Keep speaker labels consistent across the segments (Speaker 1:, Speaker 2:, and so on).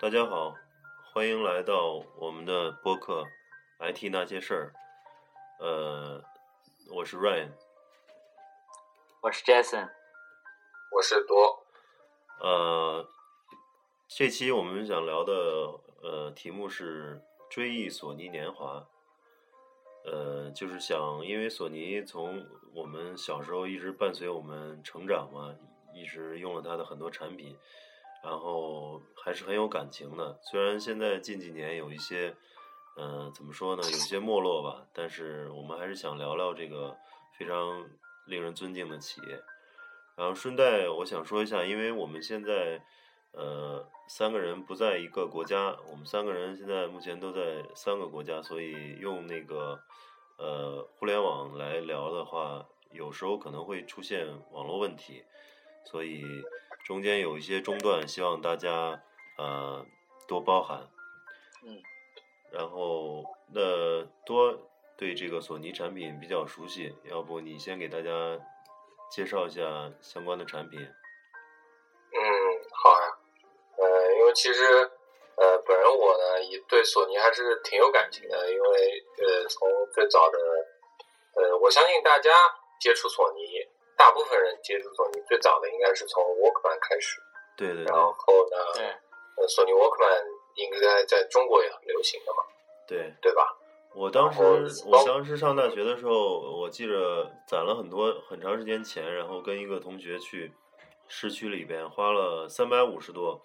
Speaker 1: 大家好，欢迎来到我们的播客《IT 那些事儿》。呃，我是 Ryan。
Speaker 2: 我是 Jason，
Speaker 3: 我是多，
Speaker 1: 呃，这期我们想聊的呃题目是追忆索尼年华。呃，就是想，因为索尼从我们小时候一直伴随我们成长嘛，一直用了它的很多产品，然后还是很有感情的。虽然现在近几年有一些，呃，怎么说呢，有些没落吧，但是我们还是想聊聊这个非常令人尊敬的企业。然后呃顺带我想说一下，因为我们现在呃三个人不在一个国家，我们三个人现在目前都在三个国家，所以用那个呃互联网来聊的话，有时候可能会出现网络问题，所以中间有一些中断，希望大家呃多包涵。
Speaker 2: 嗯。
Speaker 1: 然后那多对这个索尼产品比较熟悉，要不你先给大家介绍一下相关的产品？
Speaker 3: 嗯，好呀、呃，因为其实，呃，本人我呢，也对索尼还是挺有感情的，因为呃，从最早的，呃，我相信大家接触索尼，大部分人接触索尼最早的应该是从 Walkman 开始，
Speaker 1: 对对
Speaker 3: 然
Speaker 1: 对
Speaker 3: 后呢，
Speaker 2: 对，
Speaker 3: 呃索尼 Walkman 应该在中国也很流行的嘛，
Speaker 1: 对，
Speaker 3: 对吧？
Speaker 1: 我当时
Speaker 3: 然后
Speaker 1: 我当时上大学的时候，我记着攒了很多很长时间钱，然后跟一个同学去市区里边花了三百五十多，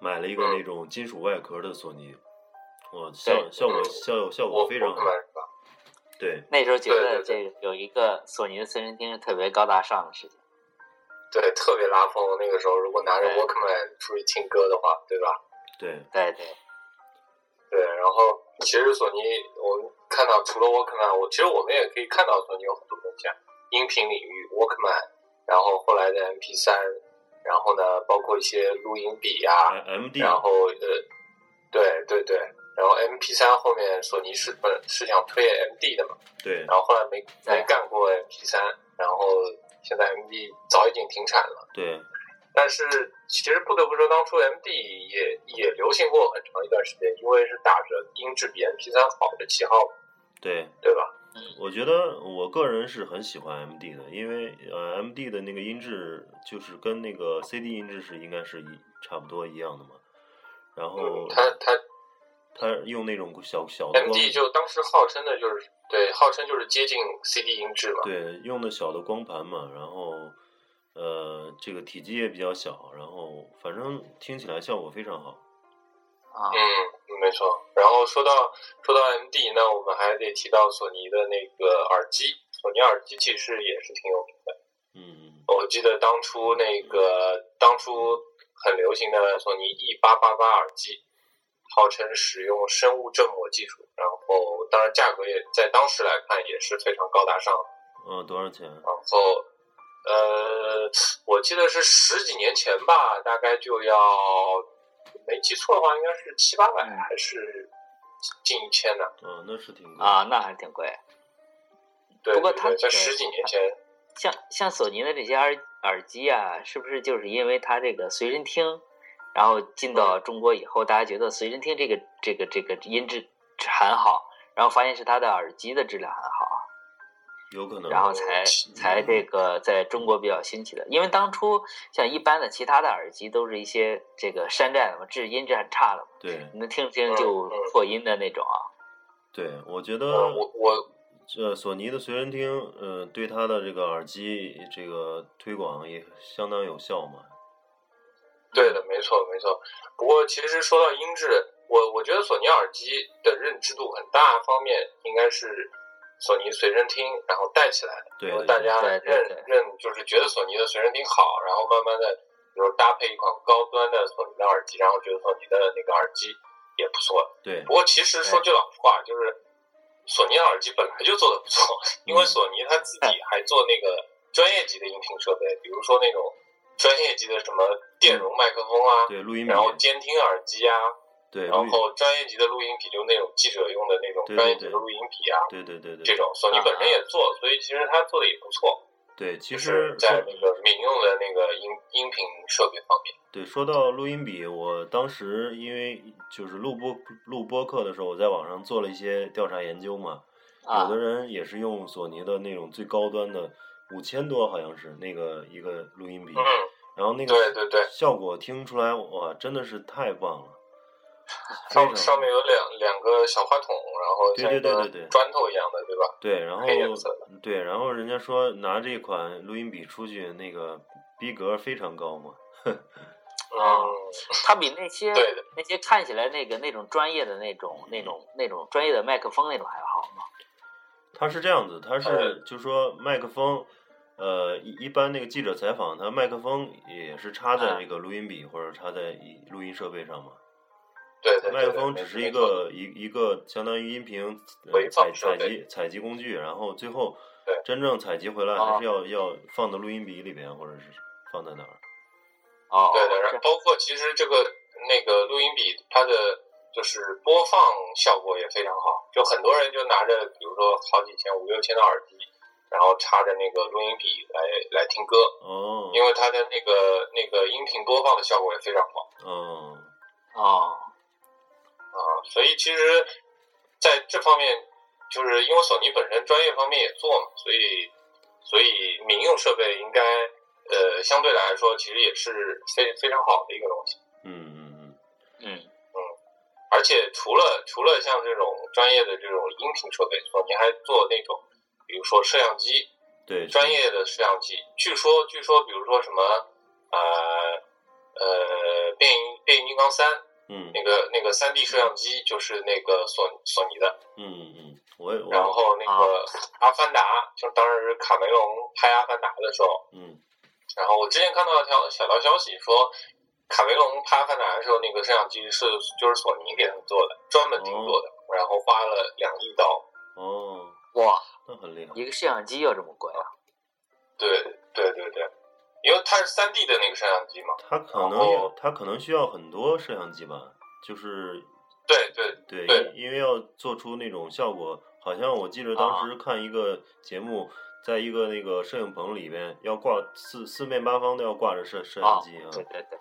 Speaker 1: 买了一个那
Speaker 3: 嗯
Speaker 1: 种金属外壳的索尼，哇，效
Speaker 2: 对
Speaker 1: 效
Speaker 3: 嗯
Speaker 1: 果效效果非常好，
Speaker 3: Walkman 是吧？
Speaker 1: 对
Speaker 2: 那时候觉得
Speaker 3: 对对
Speaker 2: 这有一个索尼的随身听是特别高大上的事情。
Speaker 3: 对，特别拉风。那个时候如果拿着
Speaker 2: 对
Speaker 3: Walkman 出去听歌的话，对吧？
Speaker 1: 对
Speaker 2: 对对，
Speaker 3: 对，然后其实索尼，我们看到除了 Walkman，我其实我们也可以看到索尼有很多东西啊，音频领域 Walkman，然后后来的 MP 三，然后呢，包括一些录音笔啊，
Speaker 1: ，M，M，M D
Speaker 3: 然后呃，对对对，然后 MP 三后面索尼是本是想推 MD 的嘛，
Speaker 1: 对
Speaker 3: 然后后来没
Speaker 2: 对
Speaker 3: 没干过 MP 三，然后现在 MD 早已经停产了。
Speaker 1: 对
Speaker 3: 但是其实不得不说，当初 MD 也也流行过很长一段时间，因为是打着音质比 MP 三好的旗号，
Speaker 1: 对，
Speaker 3: 对吧？
Speaker 1: 我觉得我个人是很喜欢 M D 的，因为呃 M D 的那个音质就是跟那个 C D 音质是应该是一差不多一样的嘛，然后
Speaker 3: 嗯，他他
Speaker 1: 他用那种小小的光，
Speaker 3: MD 就当时号称的就是对，号称就是接近 CD 音质嘛。
Speaker 1: 对用的小的光盘嘛，然后呃这个体积也比较小，然后反正听起来效果非常好。
Speaker 2: 啊、
Speaker 3: 嗯，没错。然后说到说到 MD，那我们还得提到索尼的那个耳机，索尼耳机其实也是挺有名的。
Speaker 1: 嗯，
Speaker 3: 我记得当初那个当初很流行的索尼 E 八八八耳机，号称使用生物振膜技术，然后当然价格也在当时来看也是非常高大上的。
Speaker 1: 呃多少钱？
Speaker 3: 然后呃，我记得是十几年前吧，大概就要没记错的话，应该是七八百
Speaker 2: 嗯
Speaker 3: 还是近一千呢？
Speaker 1: 啊、那是挺贵
Speaker 2: 啊，那还挺贵。
Speaker 3: 对，
Speaker 2: 不过
Speaker 3: 对
Speaker 2: 它
Speaker 3: 对
Speaker 2: 这
Speaker 3: 在
Speaker 2: 个
Speaker 3: 十几年前，
Speaker 2: 像像索尼的这些耳耳机啊，是不是就是因为它这个随身听，然后进到中国以后，大家觉得随身听这个这个这个音质很好，然后发现是它的耳机的质量很好，
Speaker 1: 有
Speaker 3: 嗯
Speaker 1: 可能。
Speaker 2: 然后才才这个在中国比较兴起的。因为当初像一般的其他的耳机都是一些这个山寨的嘛，质音质很差的嘛，
Speaker 1: 对
Speaker 2: 你能听着听着
Speaker 3: 嗯
Speaker 2: 就破音的那种啊。
Speaker 1: 对，我觉
Speaker 2: 嗯
Speaker 1: 得
Speaker 3: 呃我我
Speaker 1: 这索尼的随身听，呃，对它的这个耳机这个推广也相当有效嘛。
Speaker 3: 对的，没错没错。不过其实说到音质，我我觉得索尼耳机的认知度很大方面应该是索尼随身听，然后带起来的，
Speaker 1: 对
Speaker 3: 因为
Speaker 1: 对
Speaker 3: 大家
Speaker 2: 对
Speaker 3: 认
Speaker 2: 对对
Speaker 3: 认就是觉得索尼的随身听好，然后慢慢的，比如搭配一款高端的索尼的耳机，然后觉得索尼的那个耳机也不错。
Speaker 1: 对
Speaker 3: 不过其实说句老实话，就是索尼耳机本来就做的不错，因
Speaker 1: 嗯
Speaker 3: 为索尼它自己还做那个专业级的音频设备，比如说那种专业级的什么电容麦克风啊，
Speaker 1: 嗯对，录音笔
Speaker 3: 然，后监听耳机啊，
Speaker 1: 对，录
Speaker 3: 然
Speaker 1: 音，
Speaker 3: 后专业级的录音笔，就是那种记者用的那种
Speaker 1: 对对
Speaker 3: 专业级的
Speaker 1: 对
Speaker 3: 录音笔啊，
Speaker 1: 对对对对，
Speaker 3: 这种索尼本身也做，所以其实它做的也不错。
Speaker 1: 对，其
Speaker 3: 就是
Speaker 1: 实
Speaker 3: 在
Speaker 1: 说
Speaker 3: 那个民用的那个音音频设备方面。
Speaker 1: 对说到录音笔，我当时因为就是录播录播课的时候，我在网上做了一些调查研究嘛，
Speaker 2: 啊
Speaker 1: 有的人也是用索尼的那种最高端的五千多，好像是那个一个录音笔，
Speaker 3: 嗯，
Speaker 1: 然后那个
Speaker 3: 对对对，
Speaker 1: 效果听出来哇，真的是太棒了，非常
Speaker 3: 上上面有两两个小话筒，然后像
Speaker 1: 对
Speaker 3: 一
Speaker 1: 对
Speaker 3: 个
Speaker 1: 对对对
Speaker 3: 砖头一样的，对吧？
Speaker 1: 对，然后
Speaker 3: 黑颜色的
Speaker 1: 对，然后人家说拿这款录音笔出去，那个逼格非常高嘛。哦
Speaker 3: 嗯，
Speaker 2: 它比那些
Speaker 3: 对的，嗯
Speaker 2: 那些看起来那个那种专业的那种那种那种专业的麦克风那种还好嘛。
Speaker 1: 它是这样子，它
Speaker 3: 呃
Speaker 1: 是就说麦克风，呃，一一般那个记者采访，他麦克风也是插在
Speaker 2: 啊
Speaker 3: 嗯
Speaker 1: 这个录音笔或者插在一录音设备上嘛。
Speaker 3: 对对对，
Speaker 1: 麦克
Speaker 3: 对
Speaker 1: 风
Speaker 3: 没
Speaker 1: 只是
Speaker 3: 没
Speaker 1: 一
Speaker 3: 错
Speaker 1: 个一一个相当于音频呃
Speaker 3: 回放
Speaker 1: 采采
Speaker 3: 设
Speaker 1: 集采集工具，然后最后
Speaker 3: 对
Speaker 1: 真正采集回来
Speaker 2: 啊
Speaker 1: 还是要要放到录音笔里边，或者是放在哪儿？
Speaker 2: 哦，
Speaker 3: 对的，然
Speaker 2: 这
Speaker 3: 包括其实这个那个录音笔，它的就是播放效果也非常好。就很多人就拿着，比如说好几千、五六千的耳机，然后插着那个录音笔来来听歌，
Speaker 1: 哦，
Speaker 3: 因为它的那个那个音频播放的效果也非常好
Speaker 1: 哦，
Speaker 2: 哦，
Speaker 3: 啊。所以其实在这方面，就是因为索尼本身专业方面也做嘛，所以所以民用设备应该呃相对来说其实也是非非常好的一个东西。
Speaker 1: 嗯嗯嗯，
Speaker 2: 嗯，
Speaker 3: 而且除了除了像这种专业的这种音频设备，索尼还做那种，比如说摄像机，
Speaker 1: 对，
Speaker 3: 专业的摄像机。据说据说，比如说什么，呃呃，变形变形金刚三
Speaker 1: 嗯
Speaker 3: 那个那个三 D 摄像机就是那个索索尼的，
Speaker 1: 嗯嗯，我也
Speaker 3: 然
Speaker 1: 我
Speaker 3: 后那
Speaker 2: 啊
Speaker 3: 个阿凡达，就当时卡梅隆拍阿凡达的时候，
Speaker 1: 嗯
Speaker 3: 然后我之前看到一条小道消息说。卡梅隆拍《阿凡达》的时候，那个摄像机是就是索尼给他们做的，专门定
Speaker 2: 哦
Speaker 3: 做的，然后花了两亿刀
Speaker 1: 哦，
Speaker 2: 哇，
Speaker 1: 那很厉害
Speaker 2: 一个摄像机要这么贵啊？
Speaker 3: 对对对对，因为它是三 D 的那个摄像机嘛。
Speaker 1: 他可能
Speaker 3: 然
Speaker 1: 也
Speaker 3: 后
Speaker 1: 他可能需要很多摄像机吧，就是
Speaker 3: 对对
Speaker 1: 对，
Speaker 3: 对
Speaker 1: 因因为要做出那种效果，好像我记得当时看一个节目，在一个那个摄影棚里边，要挂四四面八方都要挂着摄摄像
Speaker 2: 啊
Speaker 1: 机啊，
Speaker 2: 对对对，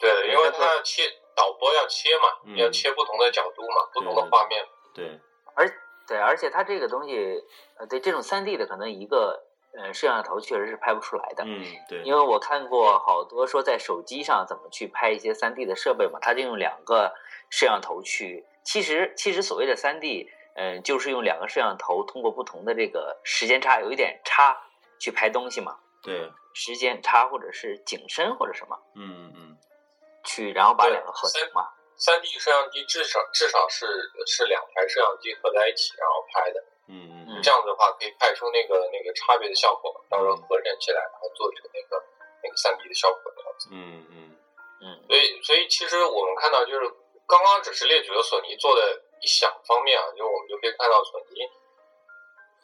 Speaker 3: 对，因
Speaker 2: 对
Speaker 3: 为它切导播要切嘛，
Speaker 1: 嗯
Speaker 3: 要切不同的角度嘛，不同
Speaker 1: 对
Speaker 2: 嗯
Speaker 3: 的
Speaker 1: 对
Speaker 3: 画面。
Speaker 1: 对
Speaker 2: 而对，而且它这个东西，呃，对这种三 D 的，可能一个呃摄像头确实是拍不出来的。
Speaker 1: 嗯对，
Speaker 2: 因为我看过好多说在手机上怎么去拍一些三 D 的设备嘛，它就用两个摄像头去。其实其实所谓的三 D，嗯、就是用两个摄像头通过不同的这个时间差，有一点差去拍东西嘛，
Speaker 1: 对，
Speaker 2: 时间差或者是景深或者什么
Speaker 1: 嗯嗯
Speaker 2: 去，然后把
Speaker 3: 对
Speaker 2: 两个合
Speaker 3: 三
Speaker 2: 成嘛。
Speaker 3: 三 D 摄像机至少至少是是两台摄像机合在一起然后拍的，
Speaker 1: 嗯嗯
Speaker 2: 嗯
Speaker 3: 这样子的话可以拍出那个那个差别的效果，到时候合成起来，然后做成那个那个三 D 的效果的样子。
Speaker 1: 嗯嗯
Speaker 2: 嗯
Speaker 3: 所以，所以其实我们看到，就是刚刚只是列举了索尼做的一小方面啊，就我们就可以看到索尼，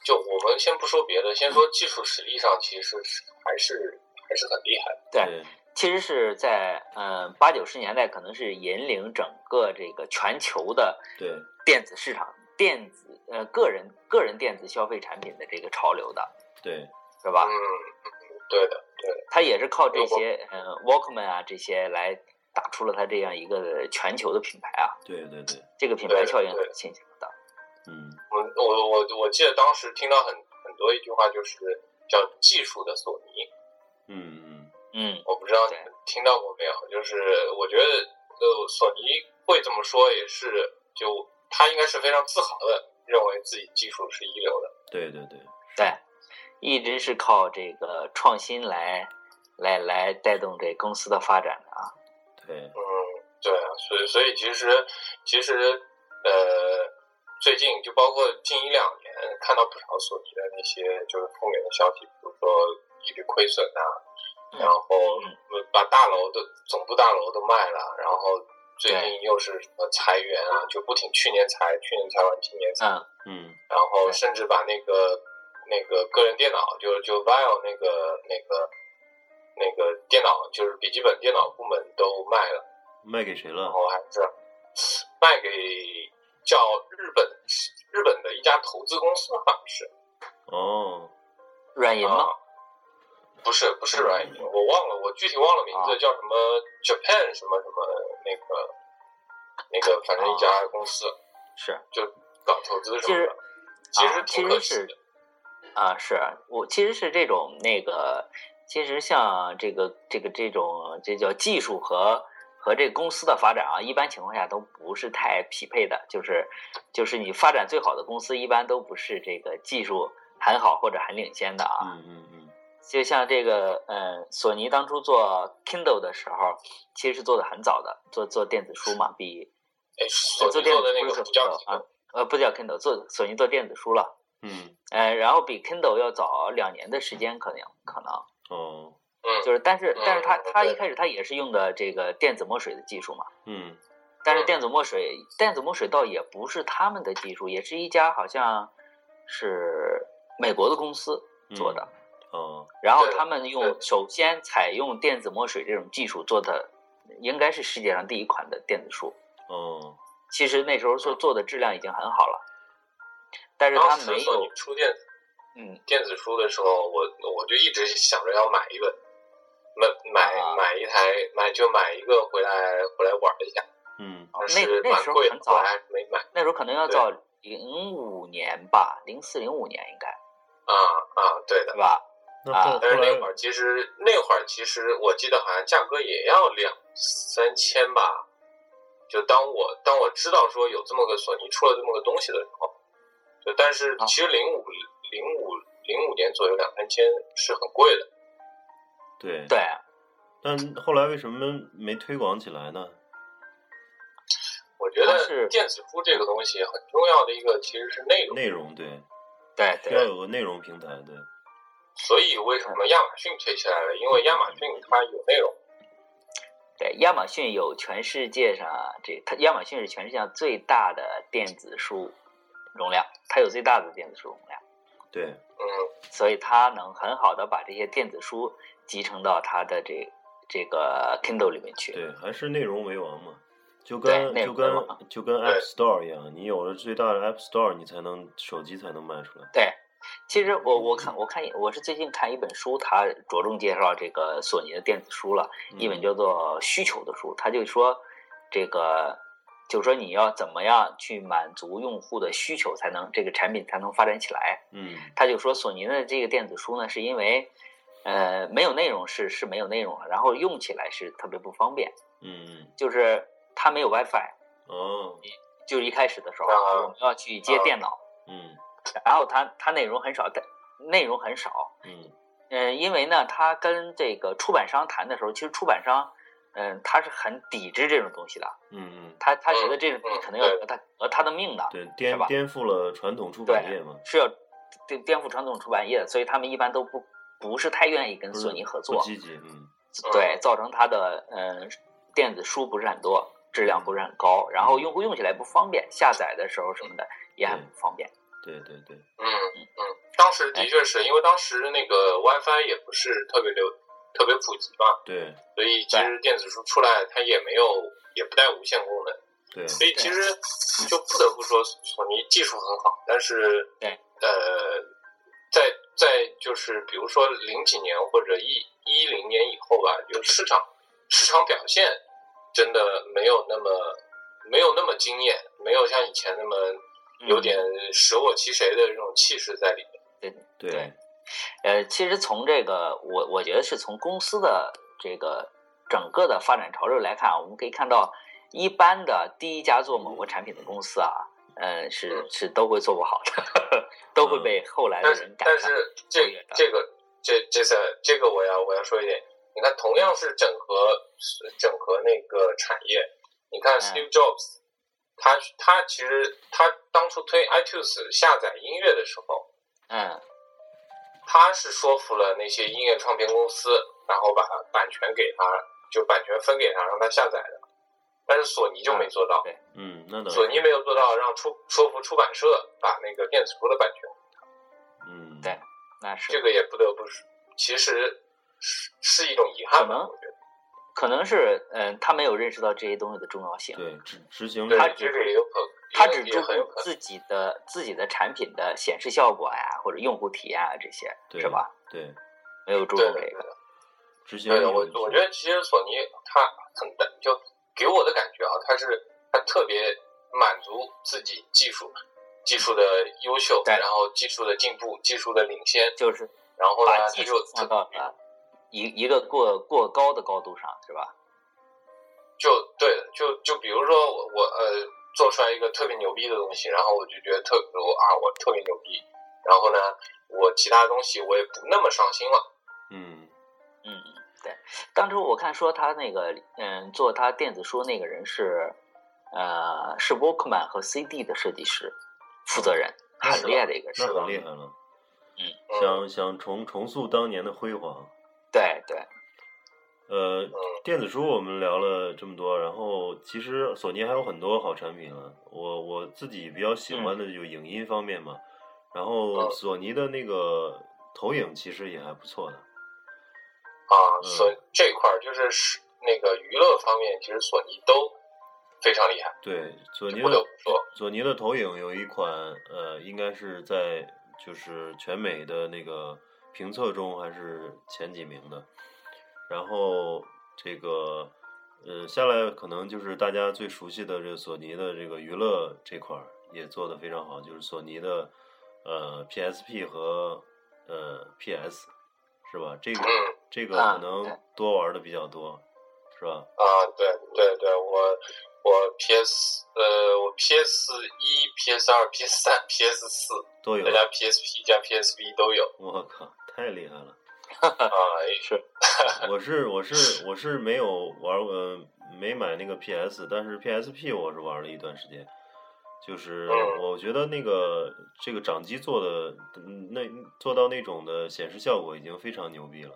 Speaker 3: 就我们先不说别的，先说技术实力上，其实是还是还是很厉害的。
Speaker 2: 对
Speaker 1: 对，
Speaker 2: 其实是在嗯八九十年代，可能是引领整个这个全球的
Speaker 1: 对
Speaker 2: 电子市场、电子呃个人个人电子消费产品的这个潮流的，
Speaker 1: 对
Speaker 2: 是吧？
Speaker 3: 嗯，对的，对的，
Speaker 2: 它也是靠这些嗯 Walkman 啊这些来打出了它这样一个全球的品牌啊，
Speaker 1: 对对对，
Speaker 2: 这个品牌
Speaker 3: 对
Speaker 2: 效应
Speaker 3: 对
Speaker 2: 很形象的。
Speaker 1: 嗯
Speaker 3: 我我我我记得当时听到很很多一句话，就是叫技术的索尼。
Speaker 1: 嗯嗯
Speaker 2: 嗯，
Speaker 3: 我不知道你们听到过没有，就是我觉得呃，索尼会这么说也是，就他应该是非常自豪的，认为自己技术是一流的。
Speaker 1: 对对对，
Speaker 2: 对，一直是靠这个创新来来来带动这公司的发展的啊。
Speaker 1: 对
Speaker 3: 嗯，对啊，所以所以其实其实呃，最近就包括近一两年，看到不少索尼的那些就是负面的消息，比如说一笔亏损啊，
Speaker 2: 嗯
Speaker 3: 然后呃
Speaker 2: 嗯
Speaker 3: 把大楼的总部大楼都卖了，然后最近
Speaker 2: 对
Speaker 3: 又是什么裁员啊，就不停，去年裁，去年裁完，今年裁，
Speaker 2: 嗯
Speaker 1: 嗯
Speaker 3: 然后
Speaker 2: 对
Speaker 3: 甚至把那个那个个人电脑，就就 Vio 那个那个那个电脑，就是笔记本电脑部门都卖了，
Speaker 1: 卖给谁了
Speaker 3: 然？后还是卖给叫日本日本的一家投资公司，好像是
Speaker 1: 哦
Speaker 2: 软银吗？
Speaker 3: 啊不是不是软银，我忘了，我具体忘了名
Speaker 2: 啊
Speaker 3: 字叫什么 Japan 什么什么那个那个，反正一家
Speaker 2: 啊
Speaker 3: 公司
Speaker 2: 是
Speaker 3: 就搞投资什
Speaker 2: 其实
Speaker 3: 么的，其实
Speaker 2: 啊
Speaker 3: 挺
Speaker 2: 其
Speaker 3: 可
Speaker 2: 实
Speaker 3: 惜
Speaker 2: 是
Speaker 3: 的。
Speaker 2: 啊，是我其实是这种那个，其实像这个这个这种这叫技术和和这公司的发展啊，一般情况下都不是太匹配的，就是就是你发展最好的公司，一般都不是这个技术很好或者很领先的啊。
Speaker 1: 嗯嗯嗯，
Speaker 2: 就像这个，嗯，索尼当初做 Kindle 的时候，其实是做的很早的，做做电子书嘛，比呃
Speaker 3: 哎，索
Speaker 2: 做
Speaker 3: 尼
Speaker 2: 电
Speaker 3: 做
Speaker 2: 子
Speaker 3: 的
Speaker 2: 书
Speaker 3: 那个
Speaker 2: 是
Speaker 3: 不叫
Speaker 2: Kindle 啊，呃，不叫 Kindle，做索尼做电子书了，
Speaker 1: 嗯，
Speaker 2: 呃，然后比 Kindle 要早两年的时间，可能可能
Speaker 1: 哦，
Speaker 2: 就
Speaker 3: 嗯
Speaker 2: 是，但是
Speaker 3: 嗯
Speaker 2: 但是它
Speaker 3: 对
Speaker 2: 它一开始它也是用的这个电子墨水的技术嘛，
Speaker 1: 嗯
Speaker 2: 但是
Speaker 3: 嗯
Speaker 2: 电子墨水电子墨水倒也不是他们的技术，也是一家好像是美国的公司做的，
Speaker 1: 嗯哦，
Speaker 2: 然后
Speaker 3: 嗯对
Speaker 2: 他们用
Speaker 3: 对
Speaker 2: 首先采用电子墨水这种技术做的，应该是世界上第一款的电子书。
Speaker 1: 哦，
Speaker 2: 其实那时候做
Speaker 3: 嗯
Speaker 2: 做的质量已经很好了，但是他
Speaker 3: 当时
Speaker 2: 没
Speaker 3: 索
Speaker 2: 有
Speaker 3: 尼，出电
Speaker 2: 嗯，
Speaker 3: 电子书的时候，我我就一直想着要买一本，买
Speaker 2: 啊
Speaker 3: 买买一台，买就买一个回来回来玩一下，
Speaker 1: 嗯
Speaker 2: 哦
Speaker 3: 但
Speaker 2: 那
Speaker 3: 是
Speaker 2: 那
Speaker 3: 蛮
Speaker 2: 时候
Speaker 3: 贵的
Speaker 2: 很，
Speaker 3: 我
Speaker 2: 早
Speaker 3: 还没买
Speaker 2: 那时候可能要到零五年吧，零四零五年应该
Speaker 3: 啊啊，对的
Speaker 2: 对。吧？
Speaker 1: 那
Speaker 2: 啊
Speaker 1: 后
Speaker 3: 但是
Speaker 1: 后
Speaker 3: 那
Speaker 1: 来
Speaker 3: 会儿其实那会儿其实我记得好像价格也要两三千吧。就当我当我知道说有这么个索尼出了这么个东西的时候，就但是
Speaker 2: 啊
Speaker 3: 其实零五零五零五年左右两三千是很贵的。
Speaker 1: 对，
Speaker 2: 对，啊
Speaker 1: 但后来为什么没推广起来呢？
Speaker 3: 我觉
Speaker 2: 它是
Speaker 3: 得电子书这个东西很重要的一个其实是内容，
Speaker 1: 内容对，
Speaker 2: 对
Speaker 1: 要
Speaker 2: 对
Speaker 1: 有个内容平台，对，
Speaker 3: 所以为什么亚马逊推起来了？因为亚马逊它有内容，
Speaker 2: 对，亚马逊有全世界上这，它亚马逊是全世界上最大的电子书容量，它有最大的电子书容量。
Speaker 1: 对，
Speaker 3: 嗯，
Speaker 2: 所以它能很好的把这些电子书集成到它的这这个 Kindle 里面去。
Speaker 1: 对，还是内容为王嘛，就
Speaker 2: 对
Speaker 1: 跟
Speaker 2: 内
Speaker 1: 就
Speaker 2: 容
Speaker 1: 跟
Speaker 2: 为王
Speaker 1: 就跟
Speaker 3: 对
Speaker 1: App Store 一样，你有了最大的 App Store，你才能手机才能卖出来。
Speaker 2: 对，其实我我看我看我是最近看一本书，它着重介绍这个索尼的电子书了，一本
Speaker 1: 嗯
Speaker 2: 叫做《需求》的书，它就说这个。就说你要怎么样去满足用户的需求，才能这个产品才能发展起来。
Speaker 1: 嗯
Speaker 2: 他就说索尼的这个电子书呢，是因为，呃，没有内容是是没有内容了，然后用起来是特别不方便。
Speaker 1: 嗯
Speaker 2: 就是它没有 WiFi，
Speaker 1: 哦
Speaker 2: 就是一开始的时候，
Speaker 3: 啊
Speaker 2: 我们要去接电脑，
Speaker 1: 嗯
Speaker 2: 然后它它内容很少，但内容很少。
Speaker 1: 嗯
Speaker 2: 嗯、因为呢，它跟这个出版商谈的时候，其实出版商，嗯、他是很抵制这种东西的，
Speaker 1: 嗯嗯，
Speaker 2: 他他觉得这种
Speaker 3: 嗯
Speaker 2: 东西可能
Speaker 3: 嗯
Speaker 2: 要革他革他的命的，
Speaker 1: 对，
Speaker 2: 是
Speaker 1: 颠
Speaker 2: 吧
Speaker 1: 颠覆了传统出版业嘛，
Speaker 2: 是要颠颠覆传统出版业的，所以他们一般都不不是太愿意跟
Speaker 1: 不是
Speaker 2: 索尼合
Speaker 1: 不
Speaker 2: 作，
Speaker 1: 积极，嗯
Speaker 2: 对，造成它的嗯电子书不是很多，质量不是很高，然
Speaker 1: 嗯
Speaker 2: 后用户用起来不方便，下载的时候什么的也很不方便。
Speaker 1: 对对对，
Speaker 3: 嗯嗯，当时的确是因为当时那个 WiFi 也不是特别流，特别普及嘛，
Speaker 1: 对
Speaker 3: 所以其实电子书出来它也没有，也不带无线功能，
Speaker 1: 对，
Speaker 3: 所以其实就不得不说索尼技术很好，但是
Speaker 2: 对
Speaker 3: 呃，在在就是比如说零几年或者一一零年以后吧，就市场市场表现真的没有那么没有那么惊艳，没有像以前那么
Speaker 1: 嗯
Speaker 3: 有点舍我其谁的这种气势在里面。
Speaker 1: 对
Speaker 2: 对呃，其实从这个我我觉得是从公司的这个整个的发展潮流来看啊，我们可以看到，一般的第一家做某个产品的公司啊，呃，是是都会做不好的， 都会被后来的
Speaker 3: 嗯但是
Speaker 2: 人赶
Speaker 3: 但
Speaker 2: 上。
Speaker 3: 是这
Speaker 2: 我也的
Speaker 3: 这个这这次这个我要我要说一点，你看同样是整合整合那个产业，你看
Speaker 2: 嗯
Speaker 3: Steve Jobs，、他他其实他当初推 iTunes 下载音乐的时候，
Speaker 2: 嗯，
Speaker 3: 他是说服了那些音乐唱片公司，然后把版权给他，就版权分给他，让他下载的。但是索尼就没做到，
Speaker 2: 对
Speaker 1: 嗯，那倒
Speaker 3: 索
Speaker 1: 是，
Speaker 3: 尼没有做到让出说服出版社把那个电子书的版权
Speaker 1: 嗯
Speaker 2: 对那是
Speaker 3: 这个也不得不说，其实是是一种遗憾
Speaker 2: 可能
Speaker 3: 吧，我觉得。
Speaker 2: 可能是嗯、他没有认识到这些东西的重要性，
Speaker 1: 对执执行
Speaker 3: 对
Speaker 1: 力
Speaker 2: 嗯他，只
Speaker 3: 这个也有可能，
Speaker 2: 他
Speaker 3: 也
Speaker 2: 只
Speaker 3: 也
Speaker 2: 注
Speaker 3: 很有
Speaker 2: 重
Speaker 3: 可能。
Speaker 2: 自己的自己的产品的显示效果呀，或者用户体验啊这些，
Speaker 1: 对
Speaker 2: 是吧？
Speaker 1: 对
Speaker 2: 没有注
Speaker 3: 对
Speaker 2: 重
Speaker 3: 对
Speaker 2: 这
Speaker 3: 对
Speaker 2: 个。。
Speaker 1: 执行
Speaker 3: 对呃
Speaker 1: 力
Speaker 3: 的，我
Speaker 1: 问题
Speaker 3: 我觉得其实索尼它很大，就给我的感觉啊，它是它特别满足自己技术技术的优秀，
Speaker 2: 对
Speaker 3: 然后技术的进步、技术的领先，
Speaker 2: 就是
Speaker 3: 然后呢
Speaker 2: 把，
Speaker 3: 它
Speaker 2: 技术
Speaker 3: 就
Speaker 2: 放
Speaker 3: 它
Speaker 2: 到了一一个过过高的高度上，是吧？
Speaker 3: 就对的，就就比如说我我呃做出来一个特别牛逼的东西，然后我就觉得特我啊我特别牛逼，然后呢我其他东西我也不那么上心了，
Speaker 1: 嗯
Speaker 2: 嗯，对。当初我看说他那个，嗯，做他电子书那个人是，呃，是 Walkman 和 CD 的设计师负责人，
Speaker 1: 那
Speaker 2: 很
Speaker 1: 是
Speaker 2: 厉害的一个
Speaker 1: 那
Speaker 2: 人。
Speaker 1: 很厉害了，
Speaker 3: 嗯
Speaker 1: 想想重重塑当年的辉煌。
Speaker 2: 对对，
Speaker 3: 嗯
Speaker 1: 呃，电子书我们聊了这么多，然后其实索尼还有很多好产品啊。我我自己比较喜欢的有影音方面嘛，然后
Speaker 3: 嗯
Speaker 1: 索尼的那个投影其实也还不错的。
Speaker 3: 啊，
Speaker 1: 嗯
Speaker 3: 所以这块儿就是是那个娱乐方面，其实索尼都非常厉害，
Speaker 1: 对，索尼
Speaker 3: 不得
Speaker 1: 的
Speaker 3: 不说，
Speaker 1: 索尼的投影有一款，呃，应该是在就是全美的那个评测中还是前几名的。然后这个，呃，下来可能就是大家最熟悉的这个索尼的这个娱乐这块儿也做得非常好，就是索尼的呃 PSP 和呃 PS 是吧？这个
Speaker 3: 嗯
Speaker 1: 这个
Speaker 2: 啊
Speaker 1: 可能
Speaker 2: 对
Speaker 1: 多玩的比较多，是吧？
Speaker 3: 啊，对对对，我我 PS 呃我 PS 一、PS 二、PS 三、PS 四，
Speaker 1: 都有
Speaker 3: 再，加 PSP 加 PSV 都有
Speaker 1: 我靠，太厉害了！
Speaker 3: 啊，
Speaker 2: 是
Speaker 1: 我是我是我是没有玩呃没买那个 PS，但是 PSP 我是玩了一段时间，就是
Speaker 3: 嗯
Speaker 1: 我觉得那个这个掌机做的嗯那做到那种的显示效果已经非常牛逼了。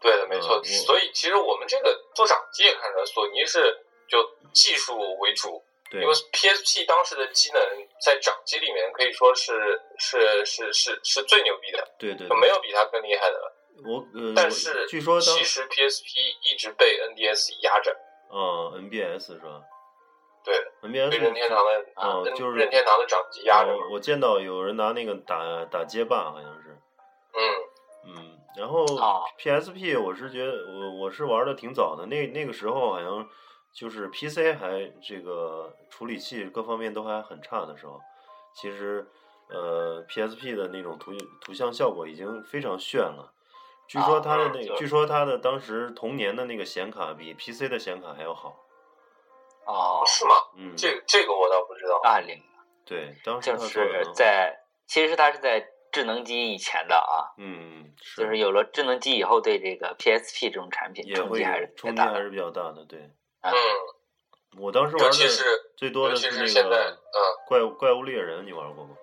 Speaker 3: 对的，没
Speaker 1: 嗯
Speaker 3: 错。
Speaker 1: 我
Speaker 3: 所以其实我们这个做掌机也看出来，索尼是就技术为主，
Speaker 1: 对
Speaker 3: 因为 PSP 当时的机能在掌机里面可以说是是是是是最牛逼的，
Speaker 1: 对对，对
Speaker 3: 就呃没有比它更厉害的了。
Speaker 1: 我呃，
Speaker 3: 但
Speaker 1: 我
Speaker 3: 是
Speaker 1: 据说当
Speaker 3: 其实 PSP 一直被 NDS 压着，
Speaker 1: 啊 NBS 是吧？
Speaker 3: 对被任天堂
Speaker 1: ，NBS
Speaker 3: 的、
Speaker 2: 啊
Speaker 1: 嗯哦
Speaker 3: 任
Speaker 1: 就是哦
Speaker 3: 任天堂的掌机压着嘛。
Speaker 1: 我我见到有人拿那个打打街霸好像是，
Speaker 3: 嗯，
Speaker 1: 嗯，然后
Speaker 2: 哦
Speaker 1: PSP 我是觉得我我是玩的挺早的，那那个时候好像就是 PC 还这个处理器各方面都还很差的时候，其实呃 PSP 的那种图图像效果已经非常炫了。据说它的
Speaker 3: 啊
Speaker 1: 那，
Speaker 3: 就是
Speaker 1: 据说它的当时同年的那个显卡比 PC 的显卡还要好。
Speaker 2: 哦，
Speaker 3: 是吗？
Speaker 1: 嗯，
Speaker 3: 这个这个我倒不知道。
Speaker 2: 那很厉害
Speaker 1: 对，当时
Speaker 2: 就
Speaker 1: 它做的
Speaker 2: 是
Speaker 1: 很好。
Speaker 2: 在，其实他是在智能机以前的啊，
Speaker 1: 嗯，是
Speaker 2: 就是有了智能机以后，对这个 PSP 这种产品
Speaker 1: 也
Speaker 2: 冲
Speaker 1: 会
Speaker 2: 击
Speaker 1: 有
Speaker 2: 还是
Speaker 1: 冲
Speaker 2: 挺
Speaker 1: 击
Speaker 2: 大
Speaker 1: 还
Speaker 2: 的。
Speaker 1: 是比较大的。对，
Speaker 2: 嗯
Speaker 3: 嗯，
Speaker 1: 我当时玩
Speaker 3: 尤
Speaker 1: 的
Speaker 3: 其是
Speaker 1: 最多
Speaker 3: 尤
Speaker 1: 的
Speaker 3: 其是
Speaker 1: 那
Speaker 3: 现在，
Speaker 1: 个
Speaker 3: 嗯
Speaker 1: 怪物怪物猎人，你玩过吗？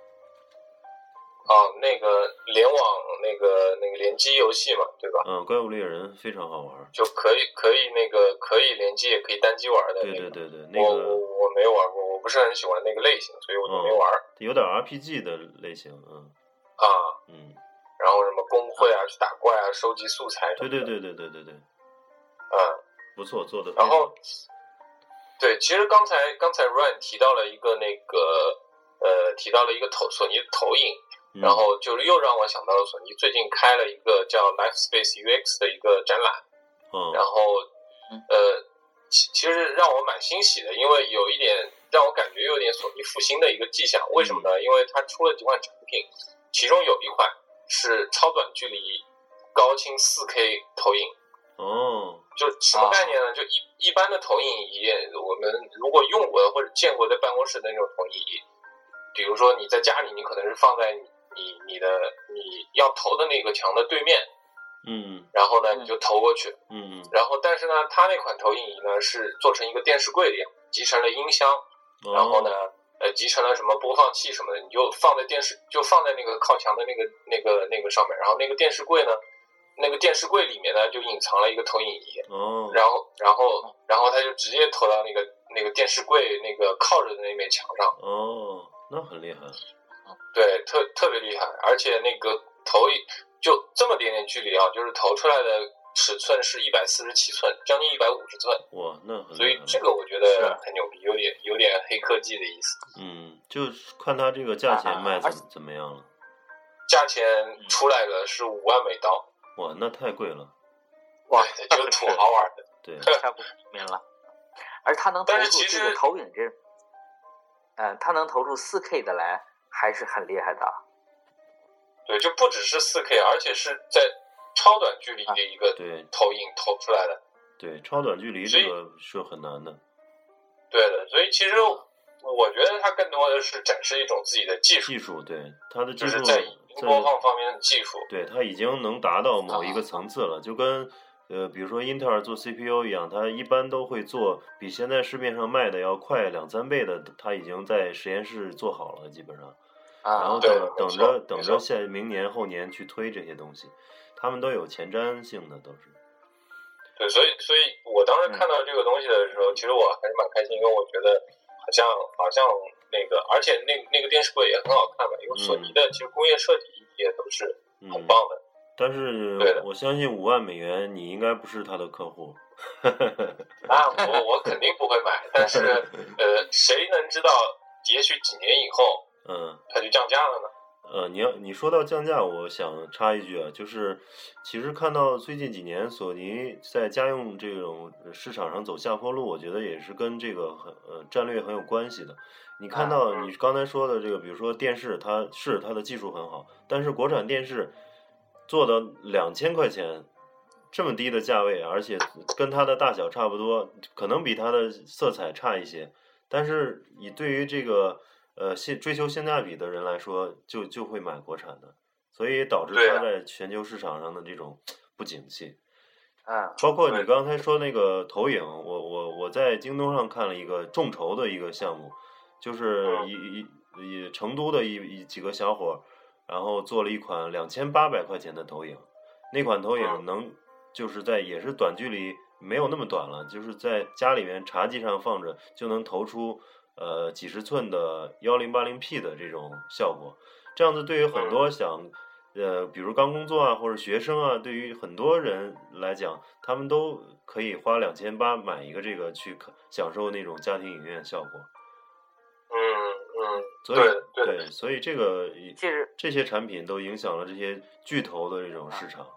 Speaker 3: 啊，那个联网那个那个联机游戏嘛，对吧？
Speaker 1: 嗯，怪物猎人非常好玩。
Speaker 3: 就可以可以那个可以联机也可以单机玩的
Speaker 1: 对对
Speaker 3: 那个。
Speaker 1: 对对，那
Speaker 3: 我我
Speaker 1: 个
Speaker 3: 我没有玩过，我不是很喜欢那个类型，所以我
Speaker 1: 嗯
Speaker 3: 就没玩
Speaker 1: 有点 RPG 的类型，嗯
Speaker 3: 啊。
Speaker 1: 嗯，
Speaker 3: 然后什么工会啊，去打怪啊，收集素材什
Speaker 1: 对
Speaker 3: 么的。
Speaker 1: 对嗯对对对对对，
Speaker 3: 嗯。
Speaker 1: 不错，做的。
Speaker 3: 然后，对，其实刚才刚才 Ryan 提到了一个那个呃，提到了一个投索尼的投影，
Speaker 1: 嗯
Speaker 3: 然后就是又让我想到了索尼最近开了一个叫 Life Space UX 的一个展览，
Speaker 1: 嗯
Speaker 3: 然后
Speaker 2: 嗯
Speaker 3: 呃，其其实让我蛮欣喜的，因为有一点让我感觉有点索尼复兴的一个迹象。为什么
Speaker 2: 嗯
Speaker 3: 呢？因为它出了几款产品，其中有一款是超短距离高清 4K 投影。
Speaker 1: 哦，
Speaker 3: 就是什
Speaker 2: 啊
Speaker 3: 么概念呢？就一一般的投影仪，我们如果用过或者见过在办公室的那种投影仪，比如说你在家里，你可能是放在你你你的你要投的那个墙的对面，
Speaker 1: 嗯
Speaker 3: 然后呢
Speaker 2: 嗯
Speaker 3: 你就投过去。
Speaker 1: 嗯嗯
Speaker 3: 然后但是呢，它那款投影仪呢是做成一个电视柜的样子，集成了音箱，
Speaker 1: 嗯，
Speaker 3: 然后呢？呃，集成了什么播放器什么的，你就放在电视，就放在那个靠墙的那个、那个、那个上面。然后那个电视柜呢，那个电视柜里面呢，就隐藏了一个投影仪。
Speaker 1: 哦？
Speaker 3: 然后，然后，然后他就直接投到那个那个电视柜那个靠着的那面墙上，
Speaker 1: 哦哦，那很厉害。
Speaker 3: 对，特特别厉害，而且那个投一就这么点点距离啊，就是投出来的尺寸是一百四十七寸，将近一百五十寸，
Speaker 1: 哇，那很
Speaker 3: 所
Speaker 1: 厉
Speaker 3: 以
Speaker 1: 害
Speaker 3: 这
Speaker 1: 了。
Speaker 3: 个我觉得很牛逼，有点有点黑科技的意思。
Speaker 1: 嗯，就是看它这个价
Speaker 2: 啊啊
Speaker 1: 钱
Speaker 2: 啊
Speaker 1: 卖
Speaker 2: 而
Speaker 1: 怎么怎么样了。
Speaker 3: 价钱出来了是五万美刀，
Speaker 1: 哇，那太贵了，
Speaker 2: 哇，
Speaker 3: 对就 土豪玩的。
Speaker 1: 对，
Speaker 2: 太不明了。而他能投
Speaker 3: 但是
Speaker 2: 出
Speaker 3: 其
Speaker 2: 这个
Speaker 3: 实
Speaker 2: 投影这，嗯、他能投出四 K 的来，还是很厉害的。
Speaker 3: 对，就不只是四 K，而且是在超短距离的一个
Speaker 1: 啊对
Speaker 3: 投影投出来的。
Speaker 1: 对，超短距离
Speaker 3: 所以
Speaker 1: 这个是很难的，
Speaker 3: 对的，所以其实我觉得它更多的是展示一种自己的技术，
Speaker 1: 技术对它的技
Speaker 3: 就是
Speaker 1: 术
Speaker 3: 在荧光放方面的技术。
Speaker 1: 对它已经能达到某
Speaker 3: 啊
Speaker 1: 一个层次了，就跟呃，比如说英特尔做 CPU 一样，它一般都会做比现在市面上卖的要快两三倍的，它已经在实验室做好了，基本上，
Speaker 2: 啊，
Speaker 1: 然后
Speaker 3: 对
Speaker 1: 等
Speaker 3: 没
Speaker 1: 等
Speaker 3: 错
Speaker 1: 着
Speaker 3: 没
Speaker 1: 等
Speaker 3: 错
Speaker 1: 着下明年后年去推这些东西，他们都有前瞻性的，都是
Speaker 3: 对，所以所以我当时看到这个东西的时候，其实我还是蛮开心，因为我觉得好像好像那个，而且那那个电视柜也很好看嘛，因为索尼的其实工业设计也都是
Speaker 1: 嗯，
Speaker 3: 很棒的。
Speaker 1: 但是
Speaker 3: 对的
Speaker 1: 我相信五万美元你应该不是他的客户，
Speaker 3: 那啊我我肯定不会买，但是呃，谁能知道，也许几年以后
Speaker 1: 嗯。
Speaker 3: 它就降价了呢？
Speaker 1: 呃，你要你说到降价，我想插一句啊，就是其实看到最近几年索尼在家用这种呃市场上走下坡路，我觉得也是跟这个很呃战略很有关系的。你看到
Speaker 3: 嗯
Speaker 1: 你刚才说的这个，比如说电视，它是它的技术很好，但是国产电视做到两千块钱这么低的价位，而且跟它的大小差不多，可能比它的色彩差一些，但是你对于这个呃性追求性价比的人来说，就就会买国产的，所以导致
Speaker 3: 对
Speaker 1: 它
Speaker 3: 啊
Speaker 1: 在全球市场上的这种不景气。
Speaker 2: 嗯，
Speaker 1: 包括你
Speaker 3: 对
Speaker 1: 刚才说那个投影，我我我在京东上看了一个众筹的一个项目，就是
Speaker 3: 嗯
Speaker 1: 一一一成都的一一几个小伙儿，然后做了一款两千八百块钱的投影，那款投影
Speaker 3: 嗯
Speaker 1: 能就是在也是短距离，没有那么短了，就是在家里面茶几上放着就能投出呃几十寸的幺零八零 P 的这种效果，这样子对于很
Speaker 3: 嗯
Speaker 1: 多想，呃，比如刚工作啊，或者学生啊，对于很多人来讲，他们都可以花两千八买一个这个去看享受那种家庭影院效果。
Speaker 3: 嗯嗯，
Speaker 1: 所以
Speaker 3: 对对
Speaker 1: 所以这个以
Speaker 2: 其实
Speaker 1: 这些产品都影响了这些巨头的这种
Speaker 3: 啊
Speaker 1: 市场。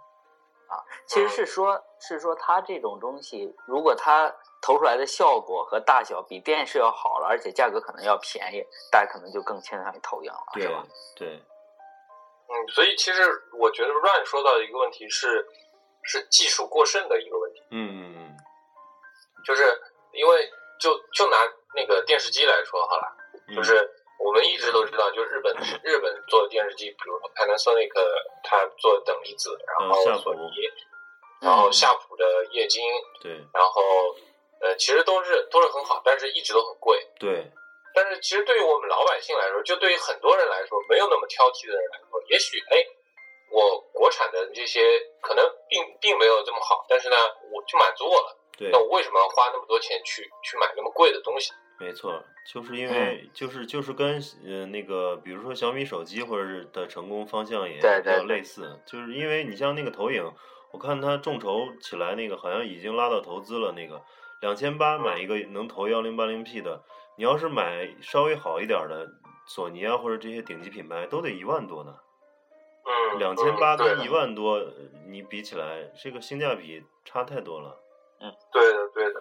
Speaker 2: 其实是说，是说它这种东西，如果它投出来的效果和大小比电视要好了，而且价格可能要便宜，大家可能就更倾向于投影了，
Speaker 1: 对
Speaker 2: 是吧？
Speaker 1: 对，
Speaker 3: 嗯，所以其实我觉得 Run 说到的一个问题是，是技术过剩的一个问题，
Speaker 1: 嗯嗯
Speaker 3: 就是因为就就拿那个电视机来说好了。
Speaker 1: 嗯，
Speaker 3: 就是我们一直都知道，就日本日本做的电视机，比如说 Panasonic，它做等离子，然后
Speaker 1: 嗯夏普
Speaker 3: 索尼，然后夏普的液晶，
Speaker 1: 对
Speaker 3: 然后呃，其实都是都是很好，但是一直都很贵。
Speaker 1: 对
Speaker 3: 但是其实对于我们老百姓来说，就对于很多人来说，没有那么挑剔的人来说，也许哎，我国产的这些可能并并没有这么好，但是呢，我就满足我了。
Speaker 1: 对
Speaker 3: 那，我为什么要花那么多钱去去买那么贵的东西？
Speaker 1: 没错，就是
Speaker 3: 嗯
Speaker 1: 因为、就是就是跟呃那个，比如说小米手机或者是的成功方向也
Speaker 2: 对
Speaker 1: 比较
Speaker 2: 对对
Speaker 1: 类似，就是因为你像那个投影，我看它众筹起来那个好像已经拉到投资了，那个两千八买
Speaker 3: 嗯
Speaker 1: 一个能投幺零八零 P 的，你要是买稍微好一点的，索尼啊或者这些顶级品牌都得一万多呢，
Speaker 3: 嗯，
Speaker 1: 两千八
Speaker 3: 嗯对
Speaker 1: 跟
Speaker 3: 的
Speaker 1: 一万多呃你比起来，这个性价比差太多了。
Speaker 3: 对的，对的。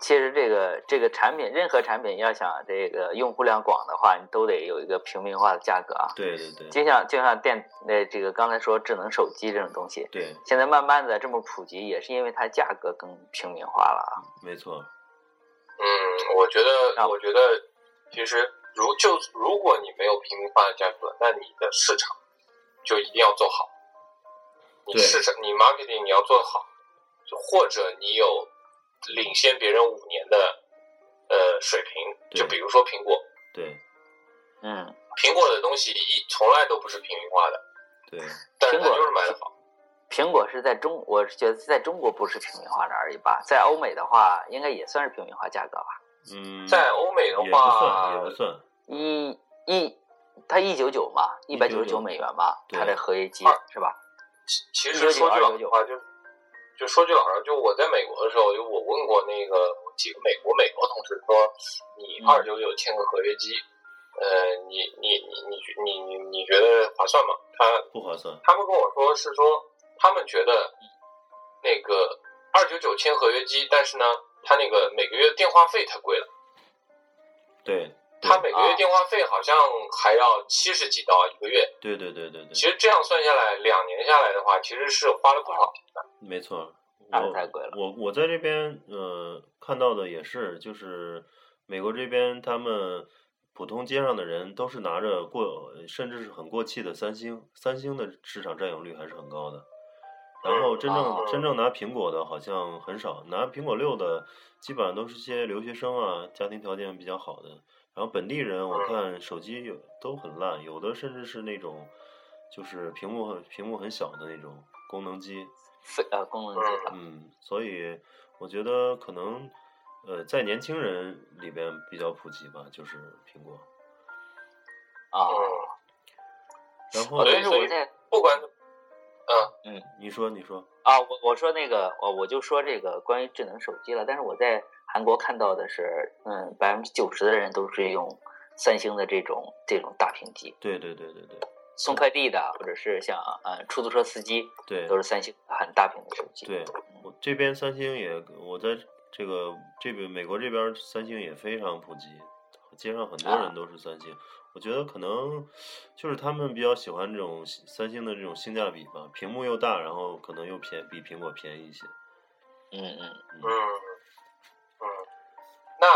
Speaker 2: 其实这个这个产品，任何产品要想这个用户量广的话，你都得有一个平民化的价格啊。
Speaker 1: 对对对
Speaker 2: 就像就像电呃这个刚才说智能手机这种东西，
Speaker 1: 对，
Speaker 2: 现在慢慢的这么普及，也是因为它价格更平民化了啊。
Speaker 1: 没错，
Speaker 3: 嗯，我觉得，
Speaker 2: 啊
Speaker 3: 我觉得，其实如就如果你没有平民化的价格，那你的市场就一定要做好。你
Speaker 1: 对
Speaker 3: 市场，你 marketing 你要做好，就或者你有领先别人五年的呃水平。
Speaker 1: 对
Speaker 3: 就比如说苹果，
Speaker 1: 对
Speaker 2: 嗯，
Speaker 3: 苹果的东西一从来都不是平民化的，
Speaker 1: 对
Speaker 3: 但是它
Speaker 2: 苹果
Speaker 3: 就是卖的好。
Speaker 2: 苹果是在中，我是觉得在中国不是平民化的而已吧，在欧美的话，应该也算是平民化价格吧。
Speaker 1: 嗯，
Speaker 3: 在欧美
Speaker 1: 也
Speaker 3: 的
Speaker 1: 不算也
Speaker 3: 话
Speaker 1: 不，算。
Speaker 2: 一一，它一九九嘛，一百九十
Speaker 1: 199
Speaker 2: 九美元嘛，
Speaker 1: 对
Speaker 2: 它的合约机是吧？
Speaker 3: 其其实说句老实话，就就说句老实话，就我在美国的时候，就我问过那个几个美国美国同事说，你
Speaker 2: 嗯
Speaker 3: 二九九签个合约机，呃，你你你你你你你觉得划算吗？他
Speaker 1: 不划算。
Speaker 3: 他们跟我说是说，他们觉得那个二九九签合约机，但是呢，他那个每个月电话费太贵了，
Speaker 1: 对，
Speaker 3: 他每个月
Speaker 2: 啊
Speaker 3: 电话费好像还要七十几刀一个月。
Speaker 1: 对对对对对
Speaker 3: 其，实这样算下来，两年下来的话，其实是花了不少钱的。
Speaker 1: 没错。
Speaker 2: 当然
Speaker 1: 我
Speaker 2: 太贵了
Speaker 1: 我我在这边呃看到的也是，就是美国这边他们普通街上的人都是拿着过，甚至是很过气的三星，三星的市场占有率还是很高的。然后真正、
Speaker 2: 哦
Speaker 1: 真正拿苹果的好像很少，拿苹果六的基本上都是些留学生啊，家庭条件比较好的。然后本地人我
Speaker 3: 嗯
Speaker 1: 看手机有都很烂，有的甚至是那种就是屏幕很屏幕很小的那种功能机，
Speaker 2: 非呃功能机了，
Speaker 1: 嗯，所以我觉得可能，呃，在年轻人里边比较普及吧，就是苹果。
Speaker 2: 啊。
Speaker 3: 嗯，
Speaker 1: 然
Speaker 2: 哦，
Speaker 1: 后
Speaker 3: 对
Speaker 2: 但是
Speaker 3: 所以
Speaker 2: 我在
Speaker 3: 不管，嗯
Speaker 1: 你说，你说，
Speaker 2: 啊，我我说那个，哦我我就说这个关于智能手机了。但是我在韩国看到的是，嗯，百分之九十的人都是用三星的这种这种大屏机，
Speaker 1: 对对对对对
Speaker 2: 送快递的或者是像呃出租车司机都
Speaker 1: 对
Speaker 2: 是三星很大屏的手机。
Speaker 1: 对，我这边三星也，我在这个这边美国这边三星也非常普及，街上很多
Speaker 2: 啊
Speaker 1: 人都是三星。我觉得可能就是他们比较喜欢这种三星的这种性价比吧，屏幕又大，然后可能又便比苹果便宜一些。
Speaker 2: 嗯嗯，
Speaker 3: 嗯嗯，那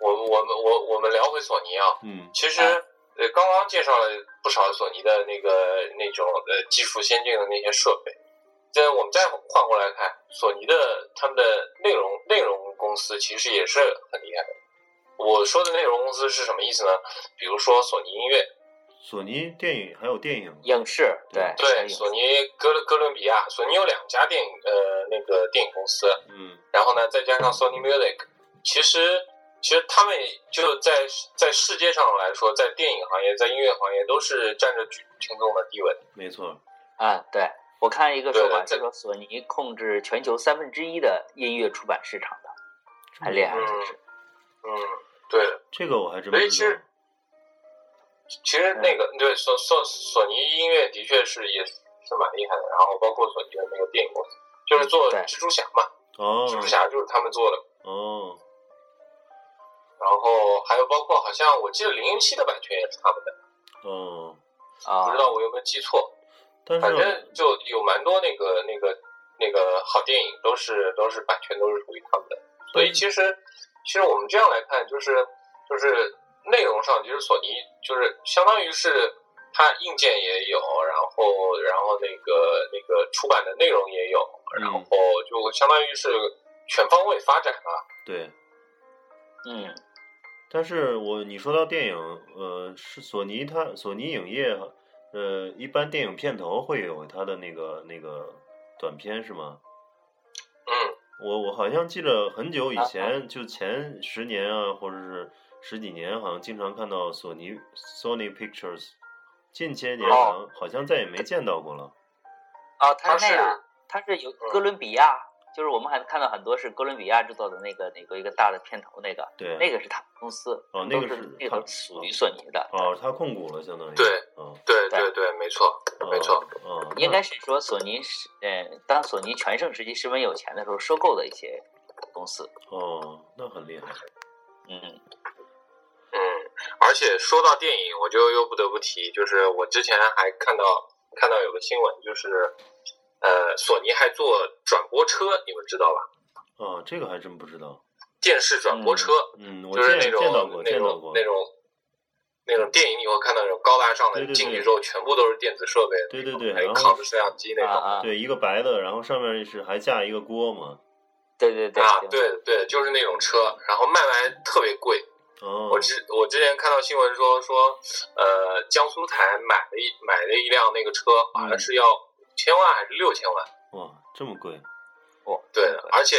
Speaker 3: 我我们我我们聊回索尼啊，
Speaker 1: 嗯
Speaker 3: 其实呃，刚刚介绍了不少索尼的那个那种呃技术先进的那些设备，再我们再换过来看，索尼的他们的内容内容公司其实也是很厉害的。我说的内容公司是什么意思呢？比如说索尼音乐，
Speaker 1: 索尼电影还有电影，
Speaker 2: 影视对
Speaker 3: 对，索
Speaker 2: 尼
Speaker 3: 尼哥哥伦比亚，索尼有两家电影呃那个电影公司，
Speaker 1: 嗯
Speaker 3: 然后呢，再加上 Sony Music，其实其实他们就在在世界上来说，在电影行业、在音乐行业都是占着举足轻重的地位。，
Speaker 1: 没错，
Speaker 2: 啊，对我看一个说法
Speaker 3: 对
Speaker 2: 是说索尼控制全球三分之一的音乐出版市场的，
Speaker 1: 这
Speaker 2: 很
Speaker 1: 么
Speaker 2: 厉害，
Speaker 1: 多
Speaker 2: 这是
Speaker 3: 嗯，对的。
Speaker 1: 这个我还真不
Speaker 3: 所以其
Speaker 1: 知
Speaker 3: 实
Speaker 1: 道。
Speaker 3: 其实那个对索索索尼音乐的确是也是蛮厉害的，然后包括索尼的那个电影公司，就是做
Speaker 2: 嗯对
Speaker 3: 蜘蛛侠嘛，蜘蛛
Speaker 1: 哦
Speaker 3: 侠就是他们做的。
Speaker 1: 哦，
Speaker 3: 然后还有包括好像我记得零零七的版权也是他们的，
Speaker 1: 哦，
Speaker 2: 啊
Speaker 3: 不知，道我有没有记错。
Speaker 1: 但
Speaker 3: 反
Speaker 1: 是
Speaker 3: 正就有蛮多那个那个那个好电影都是都是版权都是属于他们的，所以其实其实我们这样来看，就是就是内容上，就是索尼就是相当于是它硬件也有，然后然后那个那个出版的内容也有，然
Speaker 1: 嗯
Speaker 3: 后就相当于是全方位发展吧。
Speaker 1: 对，
Speaker 2: 嗯
Speaker 1: 但是我你说到电影，呃，是索尼它索尼影业，呃，一般电影片头会有它的那个那个短片是吗？
Speaker 3: 嗯
Speaker 1: 我我好像记得很久以
Speaker 2: 啊啊
Speaker 1: 前，就前十年啊，或者是十几年，好像经常看到索尼 Sony Pictures，近些年好像好像再也没见到过了。
Speaker 2: 啊，它
Speaker 3: 它
Speaker 2: 是那
Speaker 3: 是
Speaker 2: 样，它是有哥伦比亚，就是我们还看到很多是哥伦比亚制作的那个那个一个大的片头那个，
Speaker 1: 对，
Speaker 2: 那个是他们公司，
Speaker 1: 哦那个
Speaker 2: 都
Speaker 1: 是
Speaker 2: 是那
Speaker 1: 他
Speaker 2: 个属于索尼的，
Speaker 1: 哦，他控股了，相当于
Speaker 3: 对
Speaker 1: 嗯，
Speaker 3: 对
Speaker 2: 对
Speaker 3: 对对，没错没错，
Speaker 1: 嗯，嗯，
Speaker 2: 应该是说索尼是，呃，当索尼全盛时期十分有钱的时候收购的一些公司。
Speaker 1: 哦，那很厉害。
Speaker 2: 嗯，
Speaker 3: 嗯，而且说到电影，我就又不得不提，就是我之前还看到看到有个新闻，就是呃，索尼还做转播车，你们知道吧？
Speaker 1: 哦，这个还真不知道。
Speaker 3: 电视转播车，
Speaker 1: 嗯，我
Speaker 3: 就是
Speaker 1: 见见
Speaker 3: 那种
Speaker 1: 到过，
Speaker 3: 那
Speaker 1: 见到
Speaker 3: 种
Speaker 1: 过。
Speaker 3: 那种那种电影，你会看到那种高大上
Speaker 1: 对
Speaker 3: 的
Speaker 1: 对对
Speaker 3: 进去之后，全部都是电子设备，
Speaker 1: 对对对
Speaker 3: 还
Speaker 1: 然后
Speaker 3: 扛着摄像机那种。
Speaker 2: 啊啊，
Speaker 1: 对，一个白的，然后上面是还架一个锅嘛。
Speaker 2: 对对对
Speaker 3: 啊，，对对，就是那种车，然后卖完特别贵。
Speaker 1: 哦，
Speaker 3: 我之我之前看到新闻说说，呃，江苏台买了一买了一辆那个车，好
Speaker 2: 嗯
Speaker 3: 像是要五千万还是六千万？
Speaker 1: 哇，这么贵。
Speaker 2: 哇，
Speaker 3: 对，啊而且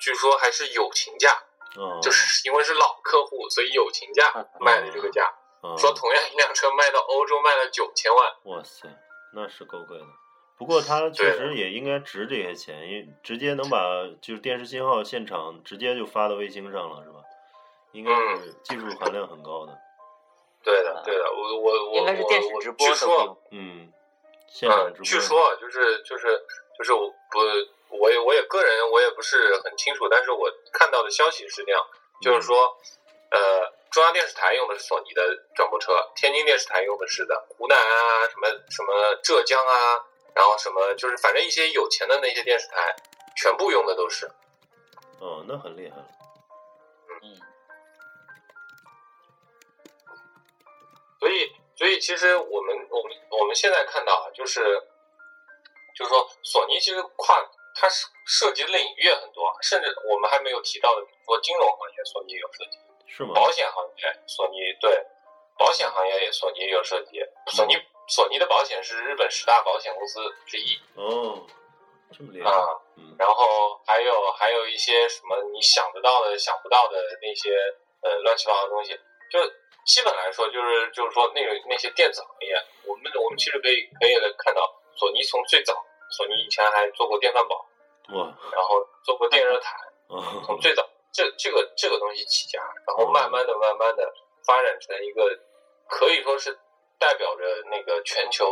Speaker 3: 据说还是友情价，
Speaker 1: 哦，
Speaker 3: 就是因为是老客户，所以友情价
Speaker 2: 嗯
Speaker 3: 卖的这个价。
Speaker 1: 哦
Speaker 3: 说同样一辆车卖到欧洲卖了九千万，
Speaker 1: 哇塞，那是够贵的。不过它确
Speaker 3: 对
Speaker 1: 实也应该值这些钱，因为直接能把就是电视信号现
Speaker 3: 嗯
Speaker 1: 场直接就发到卫星上了，是吧？应该是技术含量很高的。
Speaker 3: 对的，对的，我我我
Speaker 2: 应该是电视直播
Speaker 3: 我据
Speaker 2: 的
Speaker 3: 说
Speaker 2: 并
Speaker 1: 嗯，现场
Speaker 3: 嗯
Speaker 1: 直，播。
Speaker 3: 据说啊就是就是就是我不我也我也个人我也不是很清楚，但是我看到的消息是这样，
Speaker 1: 嗯
Speaker 3: 就是说，呃，中央电视台用的是索尼的转播车，天津电视台用的是的，湖南啊什么什么浙江啊，然后什么就是反正一些有钱的那些电视台，全部用的都是。
Speaker 1: 哦，那很厉害了。
Speaker 2: 嗯，
Speaker 3: 所以，所以其实我们我们我们现在看到啊，就是就是说，索尼其实跨它是涉及的领域也很多啊，甚至我们还没有提到的，比如说金融行业，索尼也有涉及；
Speaker 1: 是吗？
Speaker 3: 保险行业，索尼对保险行业也索尼也有涉及。索尼索尼的保险是日本十大保险公司之一
Speaker 1: 哦，这么厉害。
Speaker 3: 啊，
Speaker 1: 嗯
Speaker 3: 然后还有还有一些什么你想得到的、想不到的那些呃乱七八糟的东西，就基本来说就是就是说那个那些电子行业，我们我们其实可以可以看到，索尼从最早，索尼以前还做过电饭煲，
Speaker 1: 哇
Speaker 3: 然后做过电热毯，从
Speaker 1: 哦
Speaker 3: 最早这这个这个东西起家，然后慢慢的慢慢的发展成一个可以说是代表着那个全球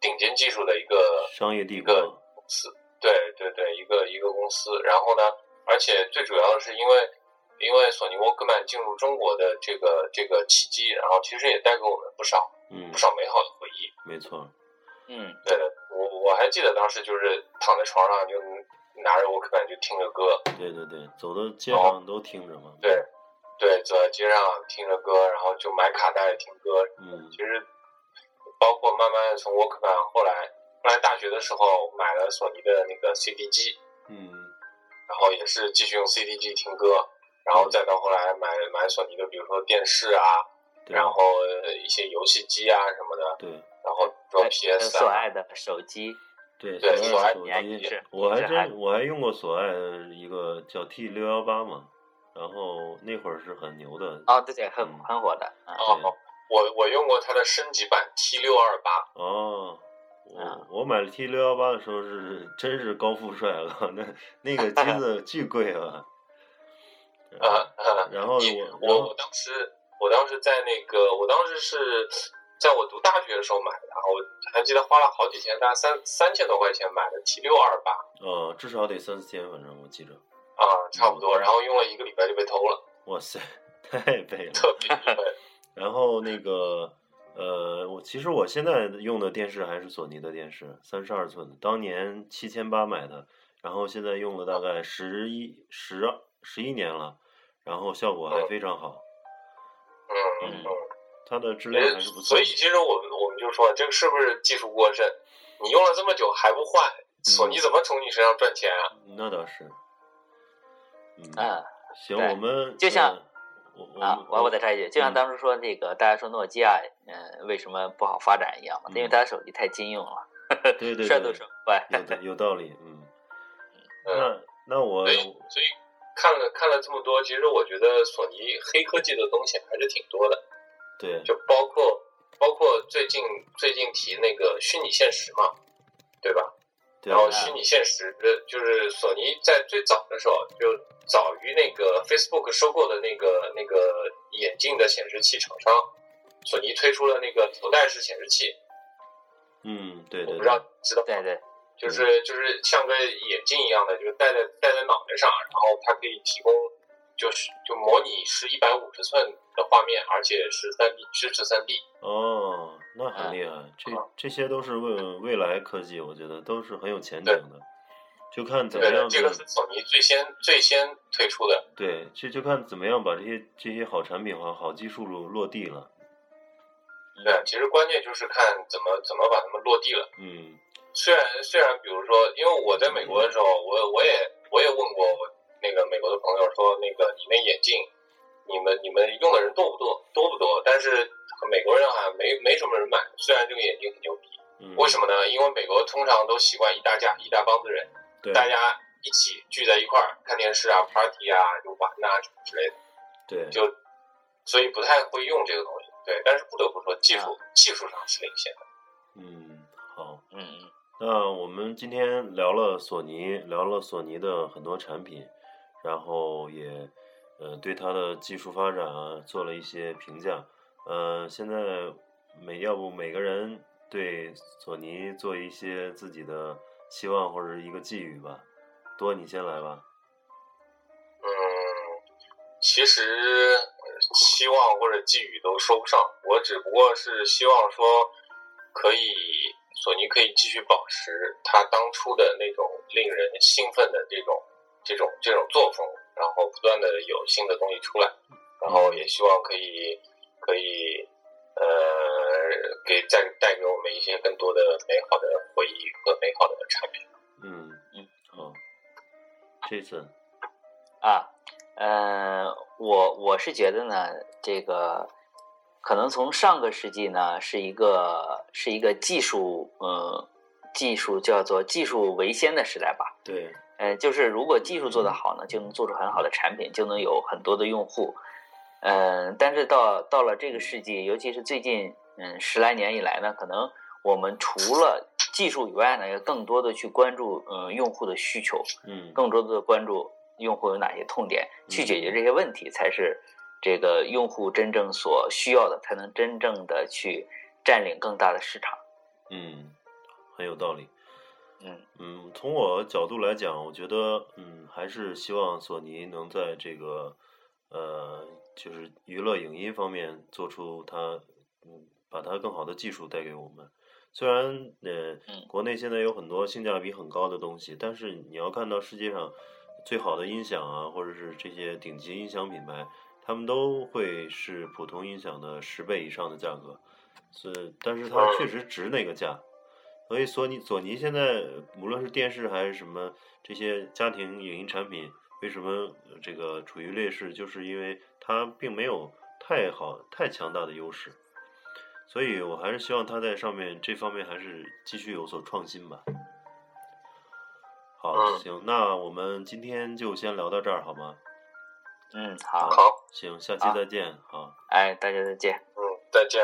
Speaker 3: 顶尖技术的一个
Speaker 1: 商业帝
Speaker 3: 一个
Speaker 1: 国。
Speaker 3: 公司，对对对，一个一个公司。然后呢，而且最主要的是因为因为索尼沃克曼进入中国的这个这个契机，然后其实也带给我们不少
Speaker 1: 嗯
Speaker 3: 不，少美好的回忆。
Speaker 1: 没错。
Speaker 2: 嗯，
Speaker 3: 对的，我我还记得当时就是躺在床上就拿着沃克曼就听着歌，
Speaker 1: 对对对，走到街上都听着嘛。
Speaker 3: 对对，走在街上听着歌，然后就买卡带听歌。
Speaker 1: 嗯
Speaker 3: 其实包括慢慢的从沃克曼后来后来大学的时候买了索尼的那个 CD 机，
Speaker 1: 嗯
Speaker 3: 然后也是继续用 CDG 听歌，
Speaker 1: 嗯
Speaker 3: 然后再到后来买买索尼的，比如说电视啊，
Speaker 1: 对
Speaker 3: 然后呃一些游戏机啊什么的，
Speaker 1: 对
Speaker 3: 然后说
Speaker 2: 跟
Speaker 3: PS
Speaker 2: 呃索
Speaker 3: 啊，
Speaker 2: 爱的手机，
Speaker 1: 对
Speaker 3: 对
Speaker 1: 索
Speaker 3: 索
Speaker 1: 爱
Speaker 3: 爱
Speaker 1: 手
Speaker 2: 你还
Speaker 1: 机
Speaker 2: 是，
Speaker 1: 我还
Speaker 2: 是还
Speaker 1: 真我还用过索爱的一个叫 T 六幺八嘛，然后那会儿是很牛的。
Speaker 3: 啊
Speaker 2: 哦，对对，很
Speaker 1: 嗯
Speaker 2: 很火的，啊，
Speaker 3: 哦，我我用过它的升级版 T 六二八，
Speaker 1: 哦，我
Speaker 2: 啊
Speaker 1: 我买了 T 六幺八的时候是真是高富帅了， 那那个 机子巨贵了。
Speaker 3: 啊啊
Speaker 1: 然后
Speaker 3: 你
Speaker 1: 我然
Speaker 3: 我我
Speaker 1: 后
Speaker 3: 当时我当时在那个我当时是在我读大学的时候买的，我还记得花了好几千，大概三三千多块钱买的 T 六二八
Speaker 1: 呃至少得三四千，反正我记着。
Speaker 3: 啊，差不多，
Speaker 1: 嗯
Speaker 3: 然后用了一个礼拜就被偷了，
Speaker 1: 哇塞， 太背了。
Speaker 3: 特别 嗯意外。
Speaker 1: 然后那个呃，我其实我现在用的电视还是索尼的电视，三十二寸的，当年七千八买的，然后现在用了大概十一十十一年了，然后效果
Speaker 2: 哦
Speaker 1: 还非常好，
Speaker 3: 嗯嗯
Speaker 2: 嗯
Speaker 3: 嗯。
Speaker 1: 它的质量
Speaker 3: 呃
Speaker 1: 还是不错
Speaker 3: 所以
Speaker 1: 的。
Speaker 3: 其实我们我们就说，这个是不是技术过剩？你用了这么久还不换，索
Speaker 1: 嗯
Speaker 3: 尼怎么从你身上赚钱啊？
Speaker 1: 那倒是，嗯，
Speaker 2: 嗯，
Speaker 1: 行，
Speaker 2: 对
Speaker 1: 我们
Speaker 2: 就像
Speaker 1: 呃我我
Speaker 2: 啊
Speaker 1: 们，
Speaker 2: 我我再插一句，就像
Speaker 1: 嗯
Speaker 2: 当初说那个大家说诺基亚，嗯，为什么不好发展一样嘛，因为
Speaker 1: 嗯
Speaker 2: 它手机太金用了，
Speaker 1: 对对
Speaker 2: 帅度
Speaker 1: 对
Speaker 2: 手，快，
Speaker 1: 有道有道理， 嗯，
Speaker 3: 嗯，
Speaker 1: 那那我
Speaker 3: 所以所以看了看了这么多，其实我觉得索尼黑科技的东西还是挺多的，
Speaker 1: 对
Speaker 3: 就包括包括最近最近提那个虚拟现实嘛，对吧？
Speaker 1: 对啊
Speaker 3: 然后虚拟现实的，就是索尼在最早的时候，就早于那个 Facebook 收购的那个那个眼镜的显示器厂商，索尼推出了那个头戴式显示器，
Speaker 1: 嗯对
Speaker 3: 我
Speaker 1: 对
Speaker 3: 不知道
Speaker 1: 对嗯
Speaker 3: 你知道，
Speaker 2: 对对，
Speaker 3: 就是就是像个眼镜一样的，就是戴在戴在脑袋上，然后它可以提供就是就模拟是一百五十寸的画面，而且是三 D 支持三 D。
Speaker 1: 哦，那很
Speaker 2: 啊
Speaker 1: 厉害，这
Speaker 3: 啊
Speaker 1: 这些都是未未来科技，我觉得都是很有前景的，就看怎么
Speaker 3: 对的
Speaker 1: 样，
Speaker 3: 这个
Speaker 1: 子
Speaker 3: 是索尼最先最先推出的。
Speaker 1: 对，这就看怎么样把这些这些好产品和好技术落落地了。
Speaker 3: 对，其实关键就是看怎么怎么把它们落地了。
Speaker 1: 嗯
Speaker 3: 虽然虽然，比如说，因为我在美国的时候，我我也我也问过我那个美国的朋友说，那个你们眼镜，你们你们用的人多不多？多不多？但是美国人好像没没什么人买，虽然这个眼镜很牛逼，
Speaker 1: 嗯，
Speaker 3: 为什么呢？因为美国通常都习惯一大家一大帮子人，
Speaker 1: 对
Speaker 3: 大家一起聚在一块儿看电视啊、party 啊、就玩呐、什么之类的，
Speaker 1: 对
Speaker 3: 就所以不太会用这个东西。对，但是不得不说，技
Speaker 1: 啊
Speaker 3: 术技术上是领先的。
Speaker 1: 嗯好，
Speaker 2: 嗯嗯
Speaker 1: 那我们今天聊了索尼，聊了索尼的很多产品，然后也呃对它的技术发展啊做了一些评价。呃，现在每要不每个人对索尼做一些自己的期望或者是一个寄予吧。多，你先来吧。
Speaker 3: 嗯，其实呃期望或者寄予都说不上，我只不过是希望说，可以索尼可以继续保持它当初的那种令人兴奋的这种这种这种作风，然后不断的有新的东西出来，然后也希望可以可以呃给再带给我们一些更多的美好的回忆和美好的产品。
Speaker 1: 嗯
Speaker 2: 嗯，
Speaker 1: 好。这次，
Speaker 2: 啊，呃，我我是觉得呢，这个可能从上个世纪呢，是一个是一个技术，呃，技术叫做技术为先的时代吧。
Speaker 1: 对，
Speaker 2: 呃，就是如果技术做得好呢，就能做出很好的产品，就能有很多的用户。嗯，但是到到了这个世纪，尤其是最近嗯十来年以来呢，可能我们除了技术以外呢，要更多的去关注嗯用户的需求。
Speaker 1: 嗯，
Speaker 2: 更多的关注用户有哪些痛点，去解决这些问题，才是这个用户真正所需要的，才能真正的去占领更大的市场。
Speaker 1: 嗯，很有道理。
Speaker 2: 嗯
Speaker 1: 嗯，从我角度来讲，我觉得，嗯，还是希望索尼能在这个，呃，就是娱乐影音方面做出它，嗯，把它更好的技术带给我们。虽然，呃
Speaker 2: 嗯，
Speaker 1: 国内现在有很多性价比很高的东西，但是你要看到世界上最好的音响啊，或者是这些顶级音响品牌，他们都会是普通音响的十倍以上的价格，是，但是它确实值那个价。所以索尼索尼现在无论是电视还是什么这些家庭影音产品，为什么呃这个处于劣势，就是因为它并没有太好太强大的优势。所以我还是希望它在上面这方面还是继续有所创新吧。好，
Speaker 3: 嗯
Speaker 1: 行，那我们今天就先聊到这儿好吗？
Speaker 2: 嗯，好，
Speaker 3: 好，
Speaker 1: 行，下期再见，好。
Speaker 2: 哎，大家再见。
Speaker 3: 嗯，再见。